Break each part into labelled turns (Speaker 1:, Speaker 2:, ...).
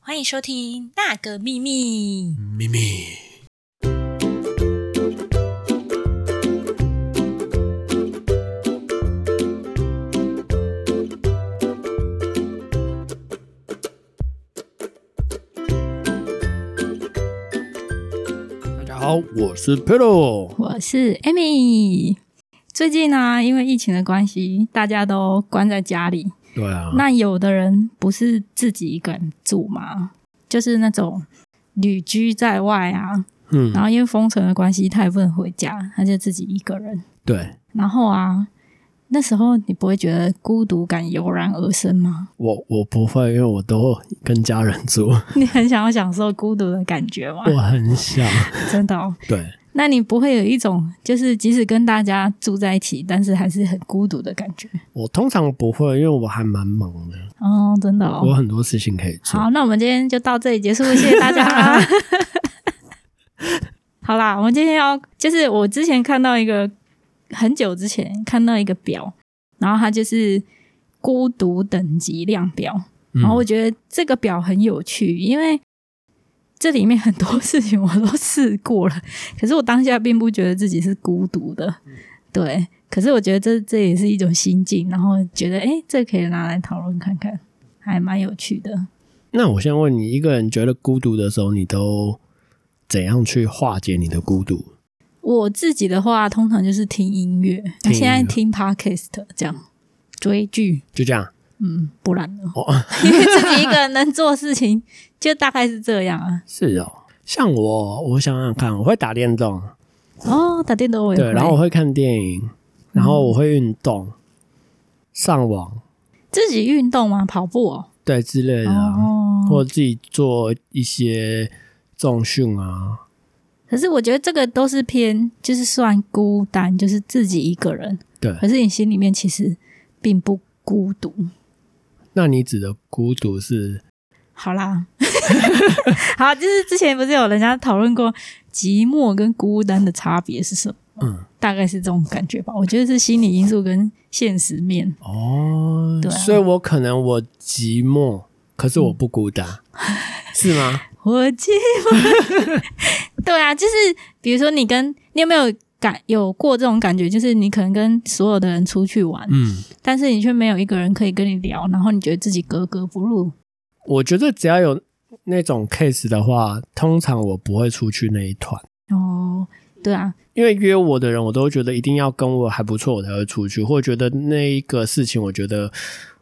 Speaker 1: 欢迎收听《那个秘密》。
Speaker 2: 咪咪，大家好，我是 Pedro。
Speaker 1: 我是 Amy。最近呢、因为疫情的关系，大家都关在家里。
Speaker 2: 对啊，
Speaker 1: 那有的人不是自己一个人住嘛，就是那种旅居在外啊。
Speaker 2: 嗯
Speaker 1: 然，后因为封城的关系，他也不能回家，他就自己一个人。
Speaker 2: 对
Speaker 1: 然后啊，那时候你不会觉得孤独感油然而生吗？
Speaker 2: 我我不会，因为我都跟家人住，
Speaker 1: 你很想要享受孤独的感觉吗？
Speaker 2: 我很想。
Speaker 1: 真的、哦？
Speaker 2: 对，
Speaker 1: 那你不会有一种就是即使跟大家住在一起，但是还是很孤独的感觉？
Speaker 2: 我通常不会，因为我还蛮忙的，
Speaker 1: 哦，真的哦。
Speaker 2: 我很多事情可以做。
Speaker 1: 好，那我们今天就到这里结束，谢谢大家。好啦，我们今天要就是我之前看到一个很久之前看到一个表，然后它就是孤独等级量表，
Speaker 2: 嗯
Speaker 1: 然后我觉得这个表很有趣，因为这里面很多事情我都试过了，可是我当下并不觉得自己是孤独的，
Speaker 2: 嗯
Speaker 1: 对。可是我觉得这这也是一种心境，然后觉得诶，这可以拿来讨论看看，还蛮有趣的。
Speaker 2: 那我先问你，一个人觉得孤独的时候，你都怎样去化解你的孤独？
Speaker 1: 我自己的话，通常就是听音乐，那
Speaker 2: 听音乐
Speaker 1: 现在听 podcast 这样追剧，
Speaker 2: 就这样，
Speaker 1: 嗯，不然呢？
Speaker 2: 哦
Speaker 1: 因为 自己一个人能做事情，就大概是这样啊。
Speaker 2: 是哦。像我，我想想看，我会打电动，
Speaker 1: 哦，打电动我也
Speaker 2: 对，
Speaker 1: 会，嗯
Speaker 2: 然后我会看电影，然后我会运动、上网，
Speaker 1: 自己运动嘛，跑步哦，
Speaker 2: 对之类的啊、
Speaker 1: 哦。
Speaker 2: 或者自己做一些重训啊。
Speaker 1: 可是我觉得这个都是偏，就是算孤单，就是自己一个人。
Speaker 2: 对，
Speaker 1: 可是你心里面其实并不孤独。
Speaker 2: 那你指的孤独是
Speaker 1: 好啦，好，就是之前不是有人家讨论过寂寞跟孤单的差别是什么？
Speaker 2: 嗯
Speaker 1: 大概是这种感觉吧。我觉得是心理因素跟现实面，
Speaker 2: 哦，
Speaker 1: 对啊
Speaker 2: 所以我可能我寂寞，可是我不孤单，
Speaker 1: 嗯
Speaker 2: 是吗？
Speaker 1: 我记不。对啊，就是比如说你跟你有没有感有过这种感觉？就是你可能跟所有的人出去玩，
Speaker 2: 嗯。
Speaker 1: 但是你却没有一个人可以跟你聊，然后你觉得自己格格不入。
Speaker 2: 我觉得只要有那种 case 的话，通常我不会出去那一团，
Speaker 1: 哦，对啊，
Speaker 2: 因为约我的人，我都会觉得一定要跟我还不错，我才会出去，或者觉得那一个事情，我觉得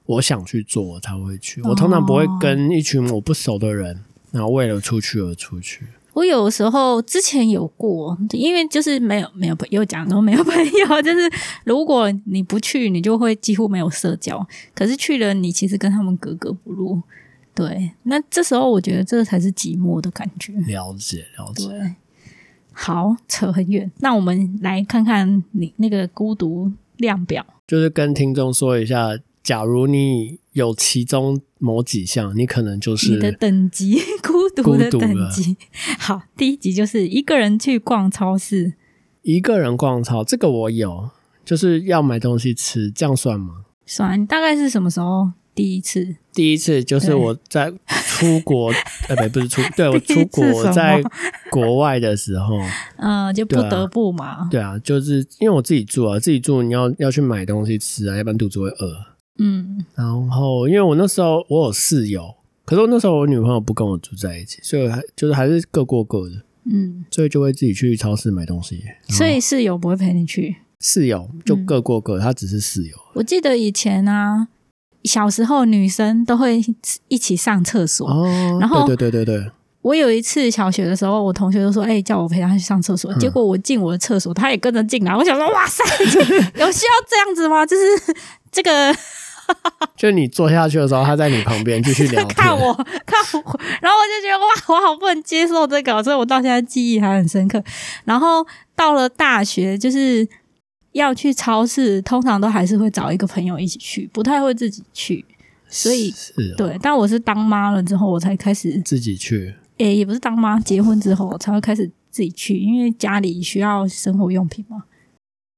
Speaker 2: 我想去做，我才会去。
Speaker 1: 哦
Speaker 2: 我通常不会跟一群我不熟的人，然后为了出去而出去。
Speaker 1: 我有时候之前有过，因为就是没有没有朋友讲说没有朋友， 就是如果你不去，你就会几乎没有社交。可是去了，你其实跟他们格格不入。对，那这时候我觉得这才是寂寞的感觉。
Speaker 2: 了解，了解。
Speaker 1: 对，好，扯很远。那我们来看看你那个孤独量表。
Speaker 2: 就是跟听众说一下，假如你有其中某几项，你可能就
Speaker 1: 你的
Speaker 2: 是
Speaker 1: 等级， 孤独的
Speaker 2: 孤独
Speaker 1: 等
Speaker 2: 了
Speaker 1: 级。 好，第一集就是一个人去逛超市，
Speaker 2: 一个人逛超，这个我有，就是要买东西吃，这样算吗？
Speaker 1: 算了你大概是什么时候第一次？
Speaker 2: 第一次就是
Speaker 1: 对
Speaker 2: 我在 出国，呃，不，不是出，对我
Speaker 1: 第一
Speaker 2: 出
Speaker 1: 次
Speaker 2: 国
Speaker 1: 什么
Speaker 2: 我在国外的时候，
Speaker 1: 嗯，就不
Speaker 2: 对啊
Speaker 1: 得不嘛。
Speaker 2: 对啊，就是因为我自己住啊，自己住你要要去买东西吃啊，要不然肚子会饿。
Speaker 1: 嗯，
Speaker 2: 然后因为我那时候我有室友，可是我那时候我女朋友不跟我住在一起，所以我还就是还是各过各的，
Speaker 1: 嗯，
Speaker 2: 所以就会自己去超市买东西。
Speaker 1: 所
Speaker 2: 然后
Speaker 1: 以室友不会陪你去。
Speaker 2: 室友就各过各，他只是室友。
Speaker 1: 我记得以前啊，小时候女生都会一起上厕所。
Speaker 2: 哦，
Speaker 1: 嗯然后
Speaker 2: 对对对对对，
Speaker 1: 我有一次小学的时候，我同学就说：“哎、叫我陪他去上厕
Speaker 2: 嗯
Speaker 1: 所。”结果我进我的厕所，他也跟着进来。我想说：“哇塞， 有需要这样子吗？就是这个
Speaker 2: 就是你坐下去的时候，他在你旁边继续聊天，
Speaker 1: 看我看我，然后我就觉得哇， 我好不能接受这个，所以我到现在记忆还很深刻。然后到了大学，就是要去超市，通常都还是会找一个朋友一起去，不太会自己去。所以
Speaker 2: 是哦
Speaker 1: 对，但我是当妈了之后，我才开始，
Speaker 2: 自己去。
Speaker 1: 诶、也不是当妈，结婚之后我才会开始自己去，因为家里需要生活用品嘛。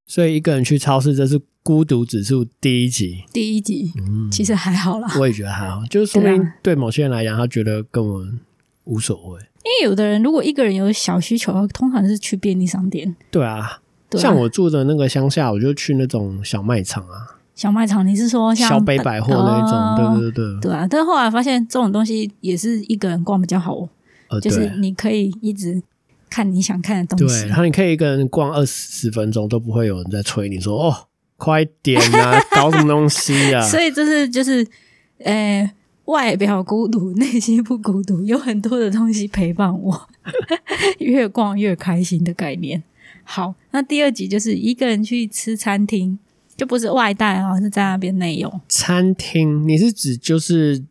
Speaker 2: 所以一个人去超市，这是孤独指数第一集，
Speaker 1: 第一集其实还好啦，
Speaker 2: 我也觉得还好，就是说
Speaker 1: 对啊
Speaker 2: 明对某些人来讲，他觉得根本无所谓。
Speaker 1: 因为有的人如果一个人有小需求，通常是去便利商店。
Speaker 2: 对啊，
Speaker 1: 对啊
Speaker 2: 像我住的那个乡下，我就去那种小卖场啊，
Speaker 1: 小卖场，你是说像
Speaker 2: 小北百货那一种，
Speaker 1: 对
Speaker 2: 对对对对，
Speaker 1: 对啊，但后来发现这种东西也是一个人逛比较好哦，
Speaker 2: 呃，
Speaker 1: 就是
Speaker 2: 对。
Speaker 1: 你可以一直看你想看的东西
Speaker 2: 对，。然后你可以一个人逛二十分钟都不会有人在催你说哦，快点 啊，搞什么东西啊？
Speaker 1: 所以这是就是，呃，外表孤独，内心不孤独，有很多的东西陪伴我， 越逛越开心的概念。好，那第二集就是一个人去吃餐厅，就不是外带啊，是在那边内用。
Speaker 2: 餐厅，你是指就是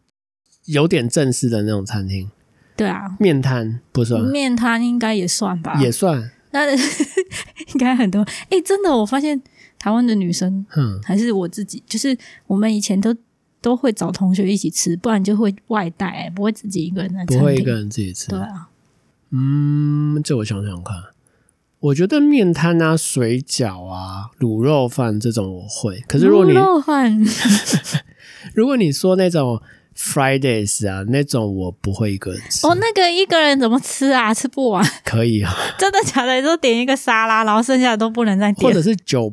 Speaker 2: 有点正式的那种餐厅，
Speaker 1: 对啊，
Speaker 2: 面摊不算，
Speaker 1: 面啊摊应该也算吧，
Speaker 2: 也算，
Speaker 1: 那 应该很多。哎、真的，我发现台湾的女生
Speaker 2: 哼，
Speaker 1: 还是我自己，就是我们以前都都会找同学一起吃，不然就会外带、不会自己一个人在餐
Speaker 2: 不
Speaker 1: 厅。
Speaker 2: 会一个人自己吃
Speaker 1: 对。啊，
Speaker 2: 嗯，这我想想看，我觉得面摊啊、水饺啊、卤肉饭这种我会，可是如果你
Speaker 1: 卤肉 饭
Speaker 2: 如果你说那种 Fridays 啊那种，我不会一个人吃，
Speaker 1: 哦，那个一个人怎么吃啊？吃不完，
Speaker 2: 可以啊，
Speaker 1: 真的假的？都点一个沙拉，然后剩下的都不能再
Speaker 2: 或
Speaker 1: 点
Speaker 2: 者。是酒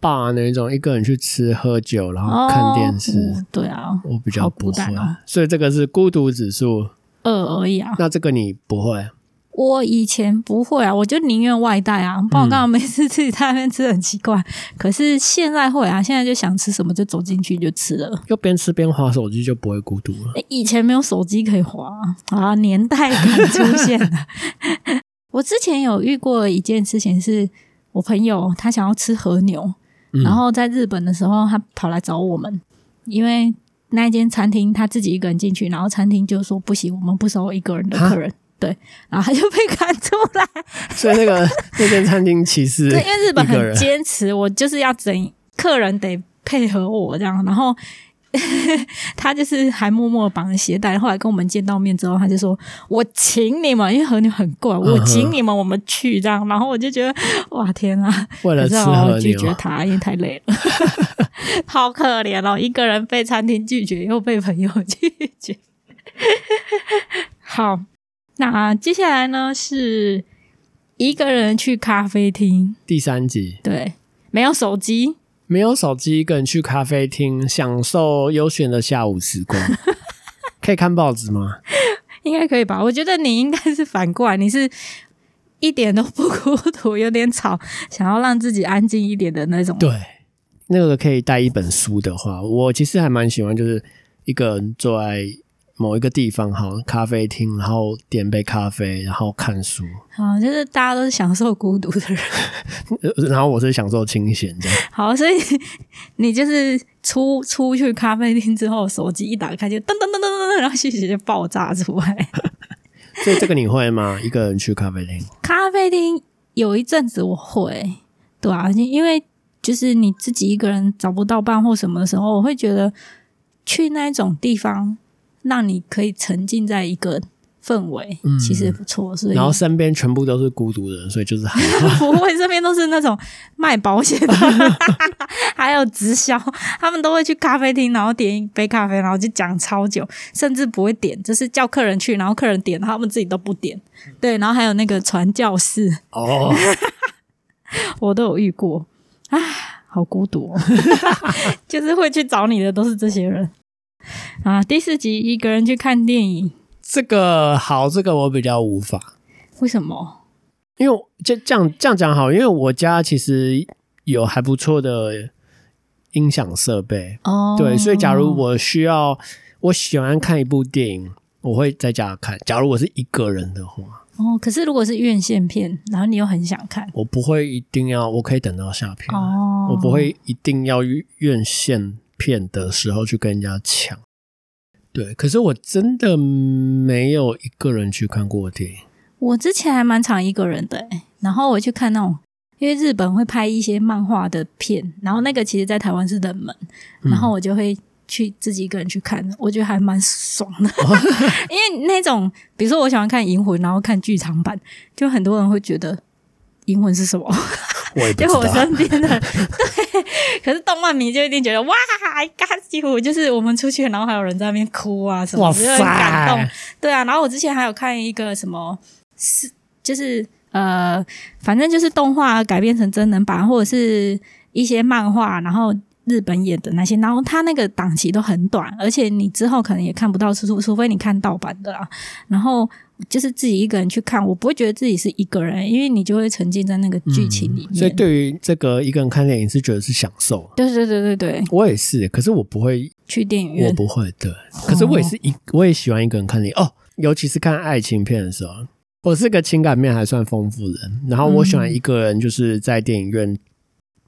Speaker 2: 吧那种，一个人去吃喝酒，然后看电视。
Speaker 1: 哦嗯对啊，
Speaker 2: 我比较不会
Speaker 1: 好孤单哦，
Speaker 2: 所以这个是孤独指数。
Speaker 1: 饿而已啊。
Speaker 2: 那这个你不会，
Speaker 1: 我以前不会啊，我就宁愿外带啊，不然我刚好每次自己在那边吃很奇怪。可是现在会啊，现在就想吃什么就走进去就吃了。
Speaker 2: 又边吃边划手机就不会孤独了。
Speaker 1: 诶以前没有手机可以滑啊啊，年代感出现了。 我之前有遇过一件事情是，我朋友他想要吃和牛，
Speaker 2: 嗯
Speaker 1: 然后在日本的时候，他跑来找我们，因为那一间餐厅他自己一个人进去，然后餐厅就说不行，我们不收一个人的客人。对，然后他就被赶出来。
Speaker 2: 所以那个 那间餐厅其实
Speaker 1: 对，因为日本
Speaker 2: 一个
Speaker 1: 很
Speaker 2: 人
Speaker 1: 坚持，我就是要整客人得配合我这样，然后。 他就是还默默地绑着鞋带，后来跟我们见到面之后，他就说：“我请你们，因为和牛很贵，
Speaker 2: 嗯
Speaker 1: 我请你们，我们去这样。”然后我就觉得，哇，天啊！
Speaker 2: 为了
Speaker 1: 可
Speaker 2: 吃
Speaker 1: 是我
Speaker 2: 和
Speaker 1: 拒绝
Speaker 2: 牛，
Speaker 1: 他，因为太累 了，好可怜哦，一个人被餐厅拒绝，又被朋友拒绝。好，那接下来呢是一个人去咖啡厅，
Speaker 2: 第三集
Speaker 1: 对，没有手机，
Speaker 2: 没有手机，一个人去咖啡厅享受悠闲的下午时光。可以看报纸吗？
Speaker 1: 应该可以吧？我觉得你应该是反过来，你是一点都不孤独，有点吵，想要让自己安静一点的那种。
Speaker 2: 对，那个可以带一本书的话，我其实还蛮喜欢，就是一个人坐在某一个地方，好咖啡厅，然后点杯咖啡，然后看书，
Speaker 1: 好，就是大家都是享受孤独的人。
Speaker 2: 呃然后我是享受清闲这样。
Speaker 1: 好，所以你就是出出去咖啡厅之后，手机一打开就噔噔噔噔噔噔，然后信息就爆炸出来。
Speaker 2: 所以这个你会吗？一个人去咖啡厅？
Speaker 1: 咖啡厅有一阵子我会，对啊，因因为就是你自己一个人找不到伴或什么的时候，我会觉得去那一种地方，让你可以沉浸在一个氛围，
Speaker 2: 嗯
Speaker 1: 其实不错。所以
Speaker 2: 然后身边全部都是孤独的人，所以就是还好
Speaker 1: 不会，这边都是那种卖保险的， 还有直销，他们都会去咖啡厅，然后点一杯咖啡，然后就讲超久，甚至不会点，就是叫客人去，然后客人点，他们自己都不点。对，然后还有那个传教士，
Speaker 2: 哦。
Speaker 1: 我都有遇过，啊，好孤独、哦，就是会去找你的都是这些人。啊，第四集一个人去看电影，
Speaker 2: 这个好，这个我比较无法，
Speaker 1: 为什么？
Speaker 2: 因为我这这样这样讲好，因为我家其实有还不错的音响设备，
Speaker 1: 哦，
Speaker 2: 对，所以假如我需要，我喜欢看一部电影，我会在家看。假如我是一个人的话，
Speaker 1: 哦，可是如果是院线片，然后你又很想看，
Speaker 2: 我不会一定要，我可以等到下片，
Speaker 1: 哦，
Speaker 2: 啊我不会一定要院线片的时候去跟人家抢。对，可是我真的没有一个人去看过电影。
Speaker 1: 我之前还蛮常一个人的、欸，然后我去看那种，因为日本会拍一些漫画的片，然后那个其实在台湾是冷门，
Speaker 2: 嗯
Speaker 1: 然后我就会去自己一个人去看，我觉得还蛮爽 的。 因为那种，比如说我喜欢看《银魂》，然后看剧场版，就很多人会觉得《银魂》是什么？
Speaker 2: 我 也不
Speaker 1: 结
Speaker 2: 知
Speaker 1: 果我
Speaker 2: 道。
Speaker 1: 身边 的对，可是动漫迷就一定觉得哇，I got you，就是我们出去，然后还有人在那边哭啊什么，
Speaker 2: 哇
Speaker 1: 就很感动
Speaker 2: 塞。！
Speaker 1: 对啊，然后我之前还有看一个什么是就是呃，反正就是动画改编成真人版或者是一些漫画，然后日本演的那些，然后它那个档期都很短，而且你之后可能也看不到，除除非你看盗版的啦。然后就是自己一个人去看，我不会觉得自己是一个人，因为你就会沉浸在那个剧情里面。
Speaker 2: 嗯所以对于这个一个人看电影是觉得是享受，
Speaker 1: 对对对对对，
Speaker 2: 我也是，可是我不会，
Speaker 1: 去电影
Speaker 2: 我
Speaker 1: 院
Speaker 2: 不会对，可是我也是一，我也喜欢一个人看电影哦，尤其是看爱情片的时候。我是个情感面还算丰富的人，然后我喜欢一个人就是在电影院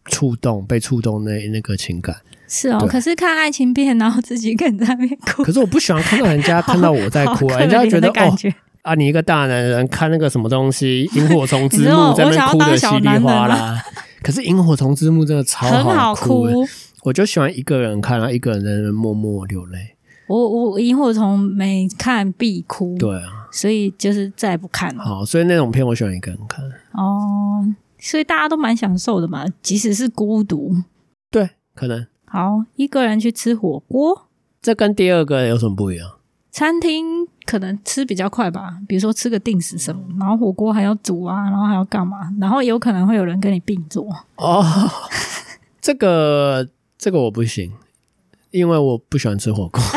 Speaker 2: 触动、被触动那那个情感。
Speaker 1: 是哦，
Speaker 2: 对
Speaker 1: 可是看爱情片，然后自己一个人在那边哭
Speaker 2: 可，是我不喜欢看到人家
Speaker 1: 好
Speaker 2: 看到我 在
Speaker 1: 好
Speaker 2: 哭，啊，
Speaker 1: 可
Speaker 2: 人家
Speaker 1: 怜
Speaker 2: 觉得
Speaker 1: 的感
Speaker 2: 哦
Speaker 1: 觉。
Speaker 2: 啊，你一个大男人看那个什么东西《萤火虫之
Speaker 1: 你知
Speaker 2: 墓
Speaker 1: 道》
Speaker 2: 在那
Speaker 1: 我想
Speaker 2: 边
Speaker 1: 要
Speaker 2: 哭
Speaker 1: 当
Speaker 2: 的稀
Speaker 1: 小
Speaker 2: 里
Speaker 1: 男
Speaker 2: 哗
Speaker 1: 人啊
Speaker 2: 啦。可是《萤火虫之墓》真的超
Speaker 1: 很好
Speaker 2: 哭欸的，
Speaker 1: 哭。
Speaker 2: 我就喜欢一个人看，然后一个人在那边默默流泪。
Speaker 1: 我我萤火虫每看必哭，
Speaker 2: 对啊，
Speaker 1: 所以就是再也不看了。
Speaker 2: 好，所以那种片我喜欢一个人看。
Speaker 1: 哦，所以大家都蛮享受的嘛，即使是孤独。
Speaker 2: 对，可能
Speaker 1: 好，一个人去吃火锅，
Speaker 2: 这跟第二个有什么不一样？
Speaker 1: 餐厅可能吃比较快吧，比如说吃个定时什么，然后火锅还要煮啊，然后还要干嘛，然后有可能会有人跟你并桌。
Speaker 2: 哦，这个这个我不行，因为我不喜欢吃火锅。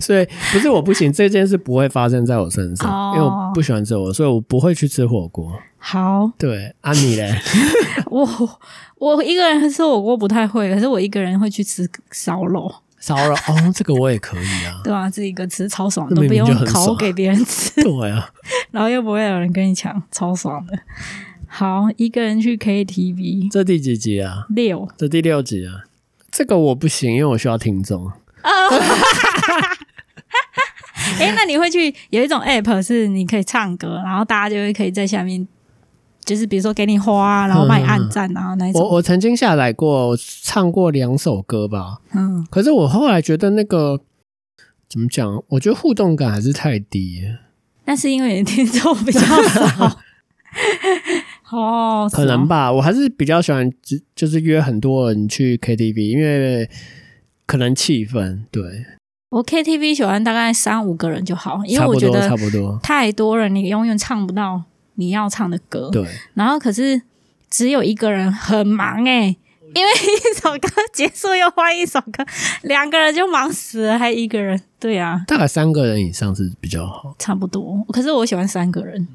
Speaker 2: 所以不是我不行，这件事不会发生在我身上，
Speaker 1: 哦
Speaker 2: 因为我不喜欢吃火锅，所以我不会去吃火锅。
Speaker 1: 好，
Speaker 2: 对，啊你嘞？
Speaker 1: 我我一个人吃火锅不太会，可是我一个人会去吃烧肉。
Speaker 2: 骚扰哦，这个我也可以啊。
Speaker 1: 对啊，自己一个吃超爽，
Speaker 2: 那
Speaker 1: 都不
Speaker 2: 明明
Speaker 1: 用
Speaker 2: 就很
Speaker 1: 烤
Speaker 2: 爽
Speaker 1: 给别人吃，
Speaker 2: 对啊，
Speaker 1: 然后又不会有人跟你抢，超爽的。好，一个人去 KTV
Speaker 2: 这第几集啊？
Speaker 1: 六，
Speaker 2: 这第六集啊。这个我不行，因为我需要听众。
Speaker 1: 诶，那你会去有一种 app 是你可以唱歌，然后大家就会可以在下面，就是比如说给你花啊，然后帮你按赞啊、那一
Speaker 2: 我
Speaker 1: 种，
Speaker 2: 我曾经下载过，我唱过两首歌吧。
Speaker 1: 嗯，
Speaker 2: 可是我后来觉得那个怎么讲？我觉得互动感还是太低了，
Speaker 1: 那是因为你的听众比较少。哦，
Speaker 2: 可能吧。我还是比较喜欢只就是约很多人去 KTV，因为可能气氛对，
Speaker 1: 是哦。我 KTV 喜欢大概三五个人就好，因为
Speaker 2: 差
Speaker 1: 我
Speaker 2: 不
Speaker 1: 觉
Speaker 2: 多差
Speaker 1: 得
Speaker 2: 不多。
Speaker 1: 太多人，你永远唱不到你要唱的歌。
Speaker 2: 对，
Speaker 1: 然后可是只有一个人很忙哎、因为一首歌结束又换一首歌，两个人就忙死了，还一个人。对啊，
Speaker 2: 大概三个人以上是比较好。
Speaker 1: 差不多。可是我喜欢三个人，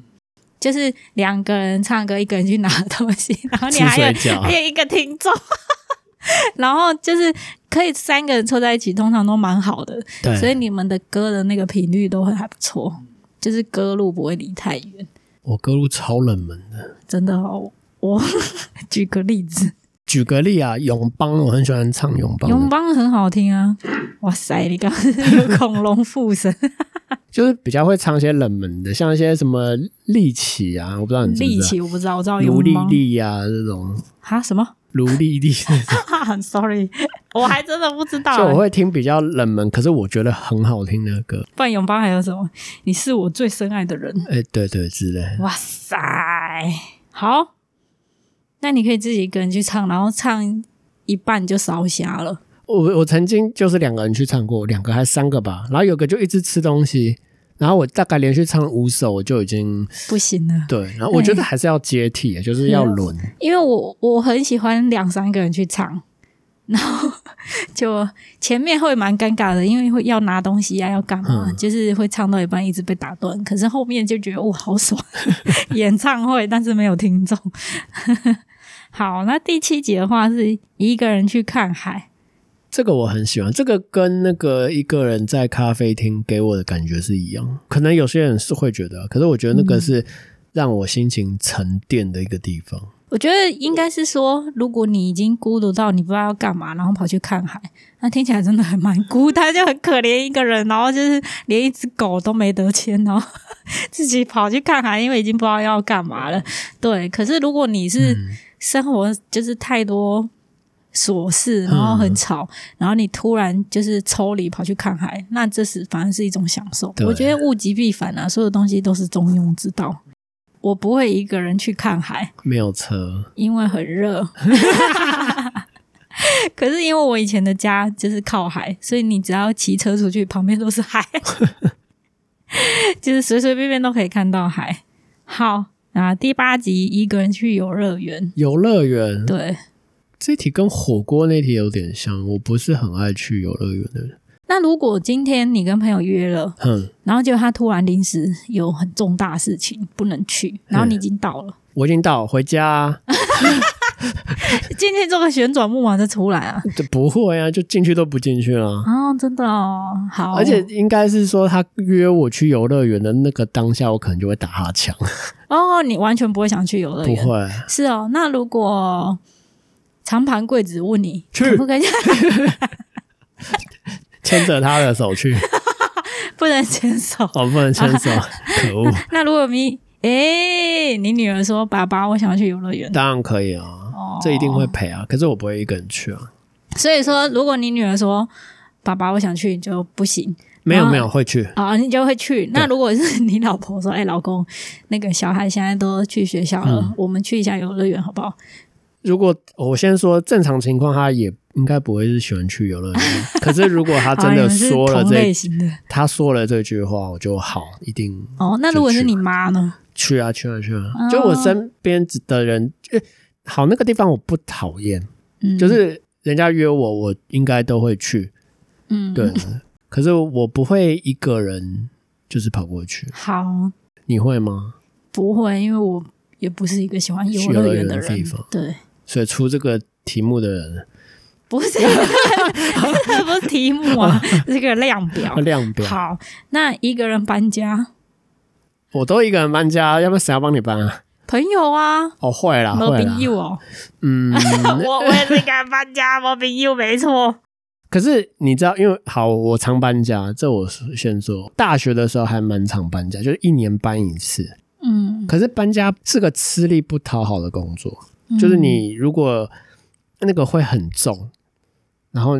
Speaker 1: 就是两个人唱歌，一个人去拿东西，然后你
Speaker 2: 吃
Speaker 1: 还
Speaker 2: 水
Speaker 1: 有
Speaker 2: 饺
Speaker 1: 还有一个听众。 然后就是可以三个人凑在一起，通常都蛮好的，
Speaker 2: 对，
Speaker 1: 所以你们的歌的那个频率都会还不错，就是歌路不会离太远，
Speaker 2: 我歌路超冷门的。
Speaker 1: 真的哦。我 举个例子，
Speaker 2: 举个例啊，永邦，我很喜欢唱永邦的，
Speaker 1: 永邦很好听啊！哇塞，你刚刚是有恐龙附 身，
Speaker 2: 就是比较会唱一些冷门的，像一些什么利奇啊，我不知道你知不知
Speaker 1: 力
Speaker 2: 道，
Speaker 1: 气我不知道，我知道
Speaker 2: 卢
Speaker 1: 永
Speaker 2: 丽
Speaker 1: 邦
Speaker 2: 丽啊这种，
Speaker 1: 啊什么
Speaker 2: 卢丽丽，
Speaker 1: ？I'm sorry，我 还真的不知道、
Speaker 2: 就我
Speaker 1: 欸。
Speaker 2: 会听比较冷门，可是我觉得很好听的歌，
Speaker 1: 不然永邦还有什么？你是我最深爱的人。
Speaker 2: 哎、对对之类的，
Speaker 1: 哇塞，好，那你可以自己一个人去唱，然后唱一半就烧瞎了。
Speaker 2: 我我曾经就是两个人去唱过，两个还是三个吧，然后有个就一直吃东西。然后我大概连续唱了五首，我就已经
Speaker 1: 不行了，
Speaker 2: 对。然后我觉得还是要接替，就是要轮。
Speaker 1: 因为我我很喜欢两三个人去唱， 然后就前面会蛮尴尬的，因为会要拿东西啊，要干嘛，
Speaker 2: 嗯
Speaker 1: 就是会唱到一半一直被打断。可是后面就觉得哇，好爽， 演唱会但是没有听众。 好，那第七集的话是一个人去看海，
Speaker 2: 这个我很喜欢，这个跟那个一个人在咖啡厅给我的感觉是一样。可能有些人是会觉得，可是我觉得那个是让我心情沉淀的一个地方。
Speaker 1: 我觉得应该是说，如果你已经孤独到你不知道要干嘛，然后跑去看海，那听起来真的还蛮孤单，就很可怜一个人，然后就是连一只狗都没得牵，然后 自己跑去看海，因为已经不知道要干嘛了。对，可是如果你是生活就是太多琐事，然后很吵，然后你突然就是抽离跑去看海，那这是反而是一种享受。
Speaker 2: 对
Speaker 1: 我觉得物极必反啊，所有东西都是中庸之道。我不会一个人去看海，
Speaker 2: 没有车，
Speaker 1: 因为很 热。可是因为我以前的家就是靠海，所以你只要骑车出去，旁边都是 海，就是随随便便都可以看到海。好啊，第八集一个人去游乐园，
Speaker 2: 游乐园
Speaker 1: 对。
Speaker 2: 这题跟火锅那题有点像，我不是很爱去游乐园的人。
Speaker 1: 那如果今天你跟朋友约了，
Speaker 2: 哼，
Speaker 1: 然后结果他突然临时有很重大事情不能去，然后你已经到了，
Speaker 2: 我已经到回家 啊、
Speaker 1: 今天这个旋转木马就出来啊！
Speaker 2: 这不会啊，就进去都不进去了。
Speaker 1: 哦，真的哦，好，
Speaker 2: 而且应该是说，他约我去游乐园的那个当下，我可能就会打哈欠。
Speaker 1: 哦，你完全不会想去游乐
Speaker 2: 不
Speaker 1: 园，
Speaker 2: 会，
Speaker 1: 是哦，那如果长盘贵子问你
Speaker 2: 去
Speaker 1: 可不可以，
Speaker 2: 牵着他的手去，
Speaker 1: 不能牵手。
Speaker 2: 我不能牵手，可恶！
Speaker 1: 那如果你诶、你女儿说：“爸爸，我想要去游乐园。
Speaker 2: 当然可以啊，”
Speaker 1: 哦，
Speaker 2: 这一定会。陪啊。可是我不会一个人去啊，
Speaker 1: 所以说，如果你女儿说：“爸爸，我想去”，你就不行
Speaker 2: 没有
Speaker 1: 啊
Speaker 2: 没有会去。
Speaker 1: 啊、你就会去。那如果是你老婆说：“哎、老公，那个小孩现在都去学校了，
Speaker 2: 嗯
Speaker 1: 我们去一下游乐园好不好
Speaker 2: 如果我先说正常情况，他也应该不会是喜欢去游乐园。 可是如果？”他
Speaker 1: 啊，
Speaker 2: 真
Speaker 1: 你
Speaker 2: 的
Speaker 1: 们是
Speaker 2: 说了
Speaker 1: 同类
Speaker 2: 这，
Speaker 1: 型的
Speaker 2: 他说了这句话，我就好，一定
Speaker 1: 哦。那
Speaker 2: 就
Speaker 1: 如果
Speaker 2: 去
Speaker 1: 是你妈呢？
Speaker 2: 去啊去啊去啊！
Speaker 1: 哦
Speaker 2: 就我身边的人，就好那个地方我不讨厌，
Speaker 1: 嗯，
Speaker 2: 就是人家约我，我应该都会去。
Speaker 1: 嗯，
Speaker 2: 对，啊可是我不会一个人就是跑过去，
Speaker 1: 好，
Speaker 2: 你会吗？
Speaker 1: 不会，因为我也不是一个喜欢游乐园的
Speaker 2: 去游乐园的地
Speaker 1: 人
Speaker 2: 方。
Speaker 1: 对，
Speaker 2: 所以出这个题目的人
Speaker 1: 不是，这不是题目 啊，这个量表
Speaker 2: 要。量表，
Speaker 1: 好，那一个人搬家，
Speaker 2: 我都一个人搬家，要不然谁要帮你搬啊？
Speaker 1: 朋友啊，
Speaker 2: 哦，会啦，
Speaker 1: 没
Speaker 2: 会啦
Speaker 1: 朋，友哦，
Speaker 2: 嗯，
Speaker 1: 我我也是一个人搬家，没朋友，没错。
Speaker 2: 可是你知道，因为好，我常搬家，这我先说。大学的时候还蛮常搬家，就是一年搬一次。
Speaker 1: 嗯，
Speaker 2: 可是搬家是个吃力不讨好的工作，
Speaker 1: 嗯
Speaker 2: 就是你如果那个会很重，然后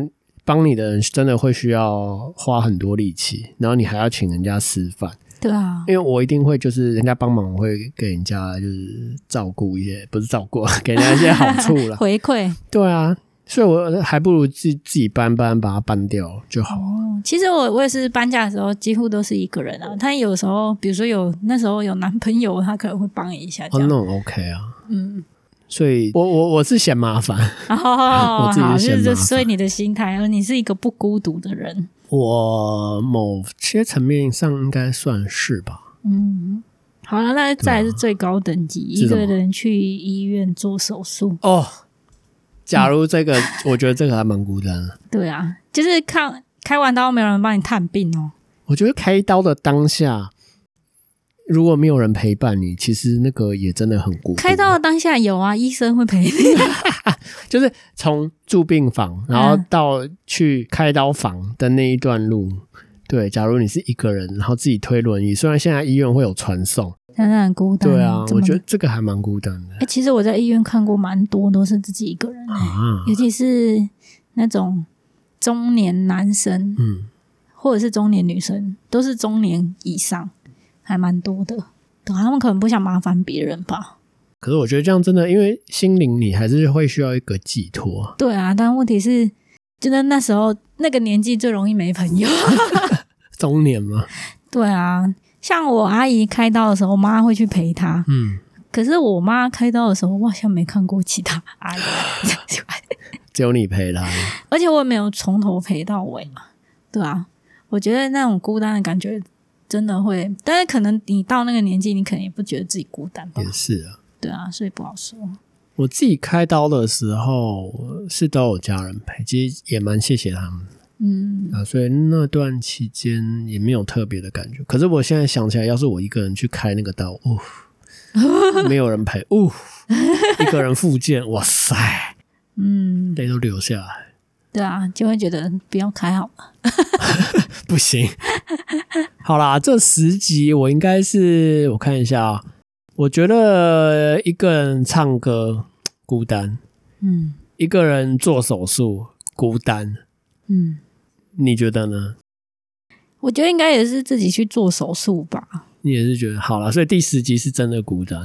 Speaker 2: 帮你的人真的会需要花很多力气，然后你还要请人家吃饭。
Speaker 1: 嗯对啊，
Speaker 2: 因为我一定会就是人家帮忙，我会给人家就是照顾一些，不是照顾， 给人家一些好处啦。
Speaker 1: 回馈
Speaker 2: 对啊，所以我还不如自自己搬搬，把它搬掉就好。
Speaker 1: 哦。其实我我也是搬家的时候，几乎都是一个人啊。他有时候，比如说有那时候有男朋友，他可能会帮一下
Speaker 2: 哦，
Speaker 1: 这
Speaker 2: 那
Speaker 1: 样。
Speaker 2: 种 OK 啊，
Speaker 1: 嗯，
Speaker 2: 所以我我我是嫌麻烦，
Speaker 1: 哦，好，
Speaker 2: 我自己
Speaker 1: 就
Speaker 2: 嫌
Speaker 1: 是
Speaker 2: 麻
Speaker 1: 这
Speaker 2: 烦
Speaker 1: 所以你的心态，哦而你是一个不孤独的人。
Speaker 2: 我某些层面上应该算是吧。
Speaker 1: 嗯，好了，那再来是最高等级，一
Speaker 2: 啊是什
Speaker 1: 个
Speaker 2: 么
Speaker 1: 人去医院做手术。
Speaker 2: 哦，假如这个，我觉得这个还蛮孤单的。
Speaker 1: 对啊，就是看开完刀没有人帮你探病哦。
Speaker 2: 我觉得开刀的当下，如果没有人陪伴你，其实那个也真的很孤独。
Speaker 1: 开刀的当下有啊，医生会陪 你。
Speaker 2: 就是从住病房，然
Speaker 1: 嗯
Speaker 2: 后到去开刀房的那一段路。对，假如你是一个人，然后自己推轮椅，虽然现在医院会有传送，
Speaker 1: 真的很孤单。
Speaker 2: 对啊，
Speaker 1: 这么
Speaker 2: 我觉得这个还蛮孤单的
Speaker 1: 哎、其实我在医院看过蛮多都是自己一个人，
Speaker 2: 啊。
Speaker 1: 尤其是那种中年男生
Speaker 2: 嗯，
Speaker 1: 或者是中年女生，都是中年以上，还蛮多的。对啊，他们可能不想麻烦别人吧。
Speaker 2: 可是我觉得这样真的，因为心灵你还是会需要一个寄托。
Speaker 1: 对啊，但问题是，真的那时候那个年纪最容易没朋友。
Speaker 2: 中年嘛，
Speaker 1: 对啊，像我阿姨开刀的时候，我妈会去陪她。
Speaker 2: 嗯，
Speaker 1: 可是我妈开刀的时候，我好像没看过其他 阿姨，
Speaker 2: 只有你陪他。
Speaker 1: 而且我也没有从头陪到尾嘛。对啊，我觉得那种孤单的感觉真的会，但是可能你到那个年纪，你可能也不觉得自己孤单吧
Speaker 2: 也。是啊。
Speaker 1: 对啊，所以不好说。
Speaker 2: 我自己开刀的时候是都有家人陪，其实也蛮谢谢他们
Speaker 1: 嗯，
Speaker 2: 啊。所以那段期间也没有特别的感觉。可是我现在想起来，要是我一个人去开那个刀，哦，没有人陪，哦，一个人复健，哇塞，
Speaker 1: 嗯，
Speaker 2: 泪都流下来，
Speaker 1: 对啊，就会觉得不要开好了。
Speaker 2: 不行。 好啦，这十集我应该是我看一下啊，我觉得一个人唱歌孤单，
Speaker 1: 嗯
Speaker 2: 一个人做手术孤单，
Speaker 1: 嗯，
Speaker 2: 你觉得呢？
Speaker 1: 我觉得应该也是自己去做手术吧。
Speaker 2: 你也是觉得好了，所以第十集是真的鼓掌。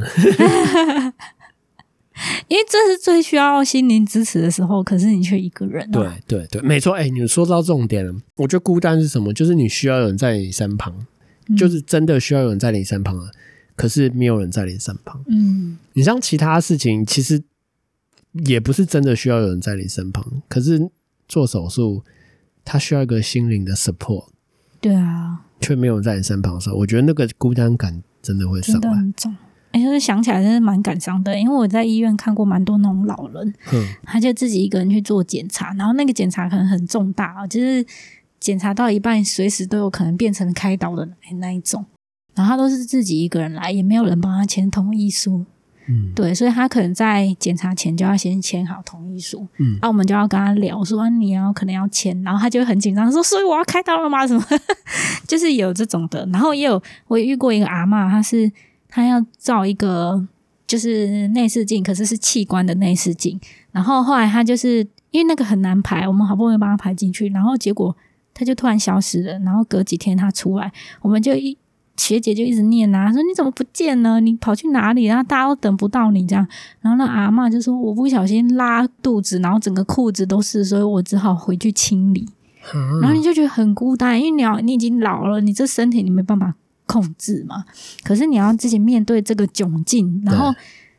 Speaker 1: 因为这是最需要心灵支持的时候，可是你却一个人、啊。
Speaker 2: 对对对，没错。哎、你说到重点了，我觉得孤单是什么？就是你需要有人在你身旁，
Speaker 1: 嗯
Speaker 2: 就是真的需要有人在你身旁了，可是没有人在你身旁。
Speaker 1: 嗯
Speaker 2: 你像其他事情，其实也不是真的需要有人在你身旁，可是做手术，它需要一个心灵的 support，
Speaker 1: 对啊，
Speaker 2: 却没有人在你身旁的时候，我觉得那个孤单感真的会上
Speaker 1: 真的
Speaker 2: 来。
Speaker 1: 很重。哎、就是想起来真是蛮感伤的，因为我在医院看过蛮多那种老人，
Speaker 2: 哼，
Speaker 1: 他就自己一个人去做检查，然后那个检查可能很重大哦，就是检查到一半，随时都有可能变成开刀的那那一种。然后他都是自己一个人来，也没有人帮他签同意书，
Speaker 2: 嗯
Speaker 1: 对，所以他可能在检查前就要先签好同意书，啊
Speaker 2: 嗯
Speaker 1: 那、我们就要跟他聊说啊你要可能要签，然后他就会很紧张说，所以我要开刀了吗？什么， 就是有这种的。然后也有我也遇过一个阿嬷，她是她要照一个就是内视镜，可是是器官的内视镜，然后后来她就是因为那个很难排，我们好不容易帮她排进去，然后结果她就突然消失了，然后隔几天她出来，我们就一。学姐就一直念啊，说你怎么不见呢？你跑去哪里？然后大家都等不到你这样。然后那阿嬷就说我不小心拉肚子，然后整个裤子都是，所以我只好回去清理。然后你就觉得很孤单，因为你要你已经老了，你这身体你没办法控制嘛。可是你要自己面对这个窘境，然后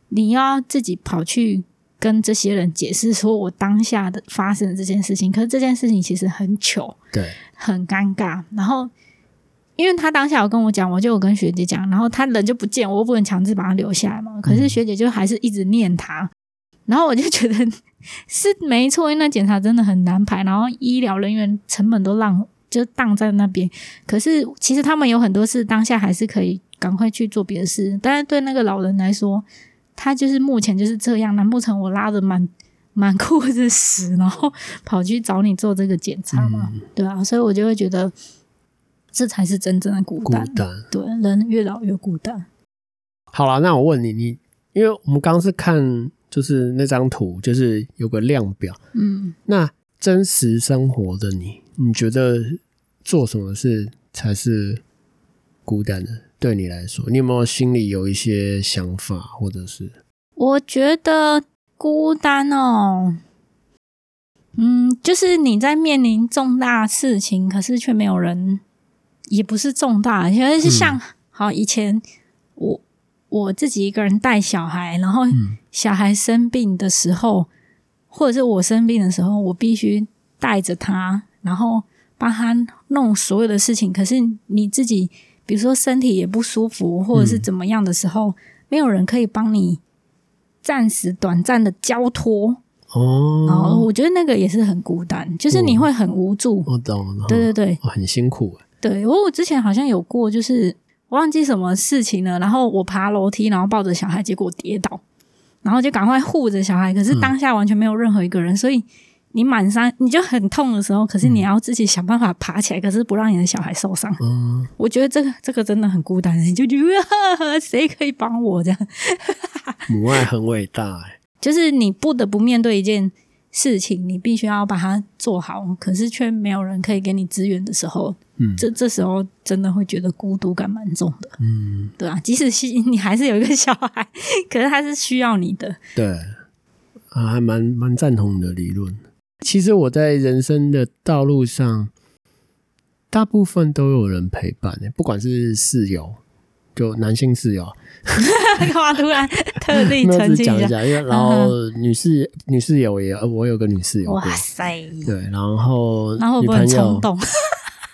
Speaker 1: 你要自己跑去跟这些人解释，说我当下的发生的这件事情。可是这件事情其实很糗，
Speaker 2: 对，
Speaker 1: 很尴尬。然后，因为他当下有跟我讲，我就有跟学姐讲，然后他人就不见，我又不能强制把他留下来嘛。可是学姐就还是一直念他，然后我就觉得是没错，因为那检查真的很难排，然后医疗人员成本都浪就荡在那边。可是其实他们有很多事当下还是可以赶快去做别的事，但是对那个老人来说，他就是目前就是这样，难不成我拉着满满裤子屎，然后跑去找你做这个检查
Speaker 2: 嗯
Speaker 1: 吗？对啊，所以我就会觉得这才是真正的孤
Speaker 2: 孤
Speaker 1: 单。
Speaker 2: 单。
Speaker 1: 对，人越老越孤单。
Speaker 2: 好了，那我问你，你因为我们刚刚是看就是那张图，就是有个量表，
Speaker 1: 嗯，
Speaker 2: 那真实生活的你，你觉得做什么事才是孤单的？对你来说，你有没有心里有一些想法，或者是
Speaker 1: 我觉得孤单哦，嗯，就是你在面临重大事情，可是却没有人，也不是重大，因为是像、好以前我我自己一个人带小孩，然后
Speaker 2: 嗯
Speaker 1: 小孩生病的时候，或者是我生病的时候，我必须带着他，然后帮他弄所有的事情。可是你自己，比如说身体也不舒服，或者是怎么样的时候，没有人可以帮你暂时短暂的交托。然后
Speaker 2: 哦，
Speaker 1: 我觉得那个也是很孤单，就是你会很无助。
Speaker 2: 我懂了，
Speaker 1: 对对对
Speaker 2: 哦，很辛苦欸，
Speaker 1: 对，我我之前好像有过，就是我忘记什么事情了，然后我爬楼梯，然后抱着小孩，结果跌倒，然后就赶快护着小孩，可是当下完全没有任何一个人，所以你满山你就很痛的时候，可是你要自己想办法爬起来，可是不让你的小孩受伤。
Speaker 2: 嗯，
Speaker 1: 我觉得这个这个真的很孤单，你就觉得谁可以帮我这样？
Speaker 2: 母爱很伟大欸，
Speaker 1: 就是你不得不面对一件事情，你必须要把它做好，可是却没有人可以给你资源的时候，
Speaker 2: 嗯
Speaker 1: 这这时候真的会觉得孤独感蛮重的，
Speaker 2: 嗯，
Speaker 1: 对啊，即使是你还是有一个小孩，可是他是需要你 的，
Speaker 2: 对，啊，还蛮蛮赞同你的理论。其实我在人生的道路上，大部分都有人陪伴欸，不管是室友，就男性室友，
Speaker 1: 干嘛突然特地
Speaker 2: 那
Speaker 1: 澄
Speaker 2: 只是
Speaker 1: 清
Speaker 2: 讲
Speaker 1: 一下？
Speaker 2: 一
Speaker 1: 嗯
Speaker 2: 下，因为然后女室女室友也，呃我有个女室友过
Speaker 1: 哇，塞！
Speaker 2: 对，然后
Speaker 1: 然后会
Speaker 2: 女
Speaker 1: 不会很
Speaker 2: 朋
Speaker 1: 冲
Speaker 2: 友
Speaker 1: 动？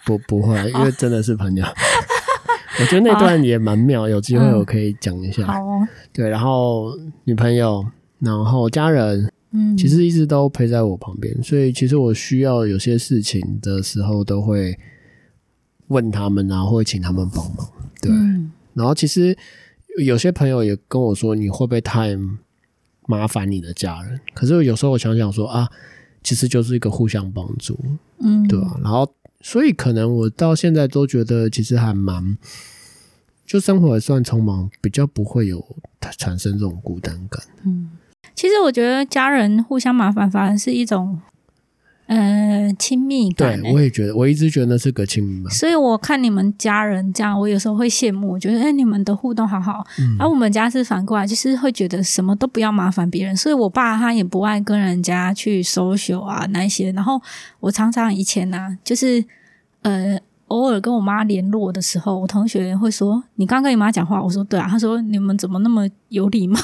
Speaker 2: 不不会，因为真的是朋友。我觉得那段也蛮妙，有机会我可以讲一
Speaker 1: 嗯好
Speaker 2: 下。
Speaker 1: 哦，
Speaker 2: 对，然后女朋友，然后家人，
Speaker 1: 嗯，
Speaker 2: 其实一直都陪在我旁边，所以其实我需要有些事情的时候都会问他们啊，或者请他们帮忙。对，
Speaker 1: 嗯
Speaker 2: 然后其实有些朋友也跟我说，你会不会太麻烦你的家人？可是有时候我想想说啊，其实就是一个互相帮助，
Speaker 1: 嗯，
Speaker 2: 对吧、然后所以可能我到现在都觉得，其实还蛮就生活也算匆忙，比较不会有产生这种孤单感。
Speaker 1: 嗯，其实我觉得家人互相麻烦，反而是一种呃亲密感、
Speaker 2: 对，
Speaker 1: 欸
Speaker 2: 我也觉得，我一直觉得那是个亲密嘛。
Speaker 1: 所以我看你们家人这样，我有时候会羡慕，我觉得哎、你们的互动好好。而、我们家是反过来，就是会觉得什么都不要麻烦别人，所以我爸他也不爱跟人家去 social 啊那一些。然后我常常以前呢、啊，就是呃。偶尔跟我妈联络的时候，我同学会说：“你刚跟你妈讲话。”我说：“对啊。”他说：“你们怎么那么有礼貌？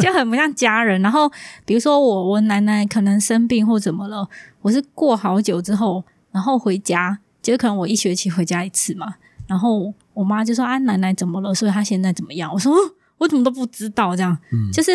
Speaker 1: 就很不像家人。”然后比如说我我奶奶可能生病或怎么了，我是过好久之后，然后回家，就是可能我一学期回家一次嘛，然后我妈就说啊，奶奶怎么了？所以她现在怎么样？我说哦我怎么都不知道，这样，就是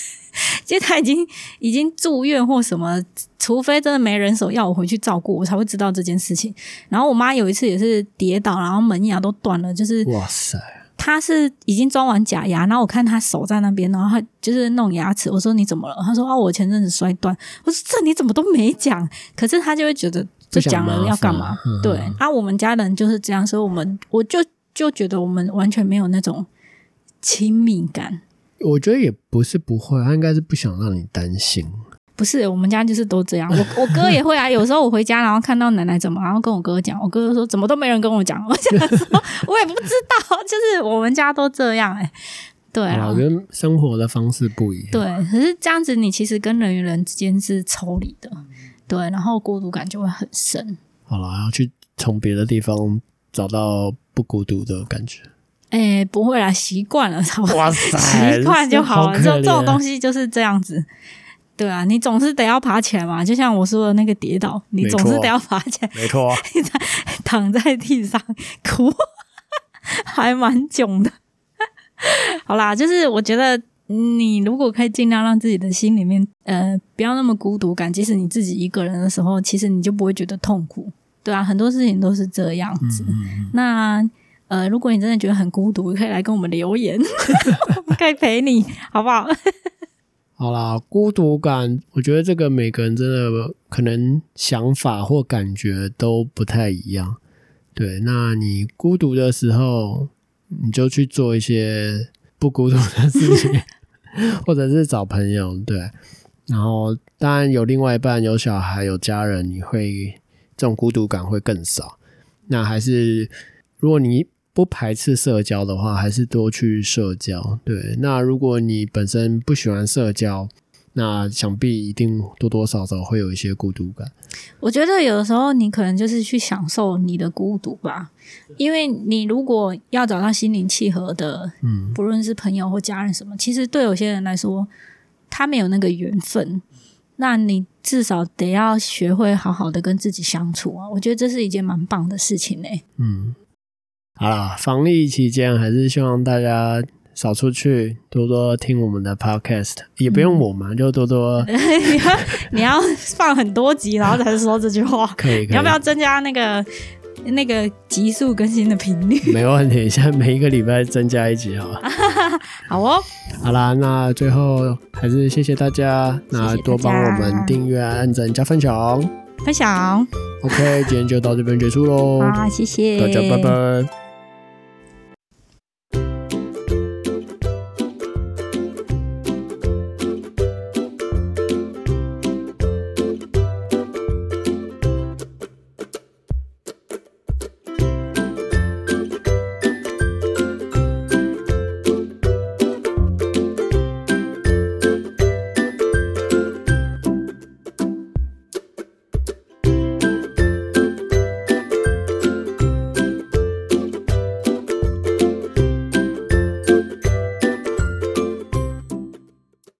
Speaker 1: 其实她已经已经住院或什么，除非真的没人手要我回去照顾，我才会知道这件事情。然后我妈有一次也是跌倒，然后门牙都断了，就是
Speaker 2: 哇塞，
Speaker 1: 他是已经装完假牙，然后我看他手在那边，然后他就是弄牙齿。我说你怎么了？他说啊，我前阵子摔断。我说这你怎么都没讲？可是他就会觉得
Speaker 2: 不
Speaker 1: 这
Speaker 2: 想
Speaker 1: 讲
Speaker 2: 麻
Speaker 1: 了
Speaker 2: 烦
Speaker 1: 要干嘛？
Speaker 2: 嗯
Speaker 1: 对啊，我们家人就是这样，所以我们我就就觉得我们完全没有那种亲密感。
Speaker 2: 我觉得也不是不会，他应该是不想让你担心。
Speaker 1: 不是，我们家就是都这 样。我我哥也会啊，有时候我回家，然后看到奶奶怎么，然后跟我哥讲，我哥就说怎么都没人跟我讲。我想说，我也不知道，就是我们家都这样哎、对啊，
Speaker 2: 我觉得生活的方式不一样。
Speaker 1: 对，可是这样子，你其实跟人与人之间是抽离
Speaker 2: 嗯
Speaker 1: 的，对，然后孤独感就会很深。
Speaker 2: 好了，要去从别的地方找到不孤独的感觉。
Speaker 1: 哎，不会啦，习惯了，差不多，
Speaker 2: 哇塞
Speaker 1: 习惯就好了。
Speaker 2: 这
Speaker 1: 这
Speaker 2: 哎好可
Speaker 1: 这种
Speaker 2: 怜啊
Speaker 1: 东西就是这样子，对啊，你总是得要爬起来嘛。就像我说的那个跌倒，你
Speaker 2: 没
Speaker 1: 总是
Speaker 2: 错
Speaker 1: 得要爬起来，
Speaker 2: 没错，
Speaker 1: 躺在地上哭， 还蛮囧的。好啦，就是我觉得你如果可以尽量让自己的心里面呃不要那么孤独感，即使你自己一个人的时候，其实你就不会觉得痛苦，对啊，很多事情都是这样子。那呃，如果你真的觉得很孤独，可以来跟我们留言， 我们可以陪你，好不好？
Speaker 2: 好啦，孤独感，我觉得这个每个人真的可能想法或感觉都不太一样。对，那你孤独的时候，你就去做一些不孤独的 事情，或者是找朋友。对，然后当然有另外一半、有小孩、有家人，你会这种孤独感会更少。那还是如果你不排斥社交的话，还是多去社交。对，那如果你本身不喜欢社交，那想必一定多多少少会有一些孤独感。
Speaker 1: 我觉得有的时候你可能就是去享受你的孤独吧，因为你如果要找到心灵契合的，
Speaker 2: 嗯，
Speaker 1: 不论是朋友或家人什么，其实对有些人来说，他没有那个缘分，那你至少得要学会好好的跟自己相处啊。我觉得这是一件蛮棒的事情欸嘞、
Speaker 2: 嗯，好啦，防疫期间还是希望大家少出去，多多听我们的 podcast，也不用我们，就多多
Speaker 1: 你要 你要放很多集，然后才说这句话，
Speaker 2: 可以，可以
Speaker 1: 你要不 要增加那个那个集数更新的频率？
Speaker 2: 没问题，现在每一个礼拜增加一集好了。
Speaker 1: 好哦，
Speaker 2: 好啦，那最后还是谢谢大家，那
Speaker 1: 谢谢大家
Speaker 2: 多帮我们订阅、按赞、加分享。
Speaker 1: 分享
Speaker 2: OK，今天就到这边结束喽，
Speaker 1: 啊，谢谢
Speaker 2: 大家拜拜。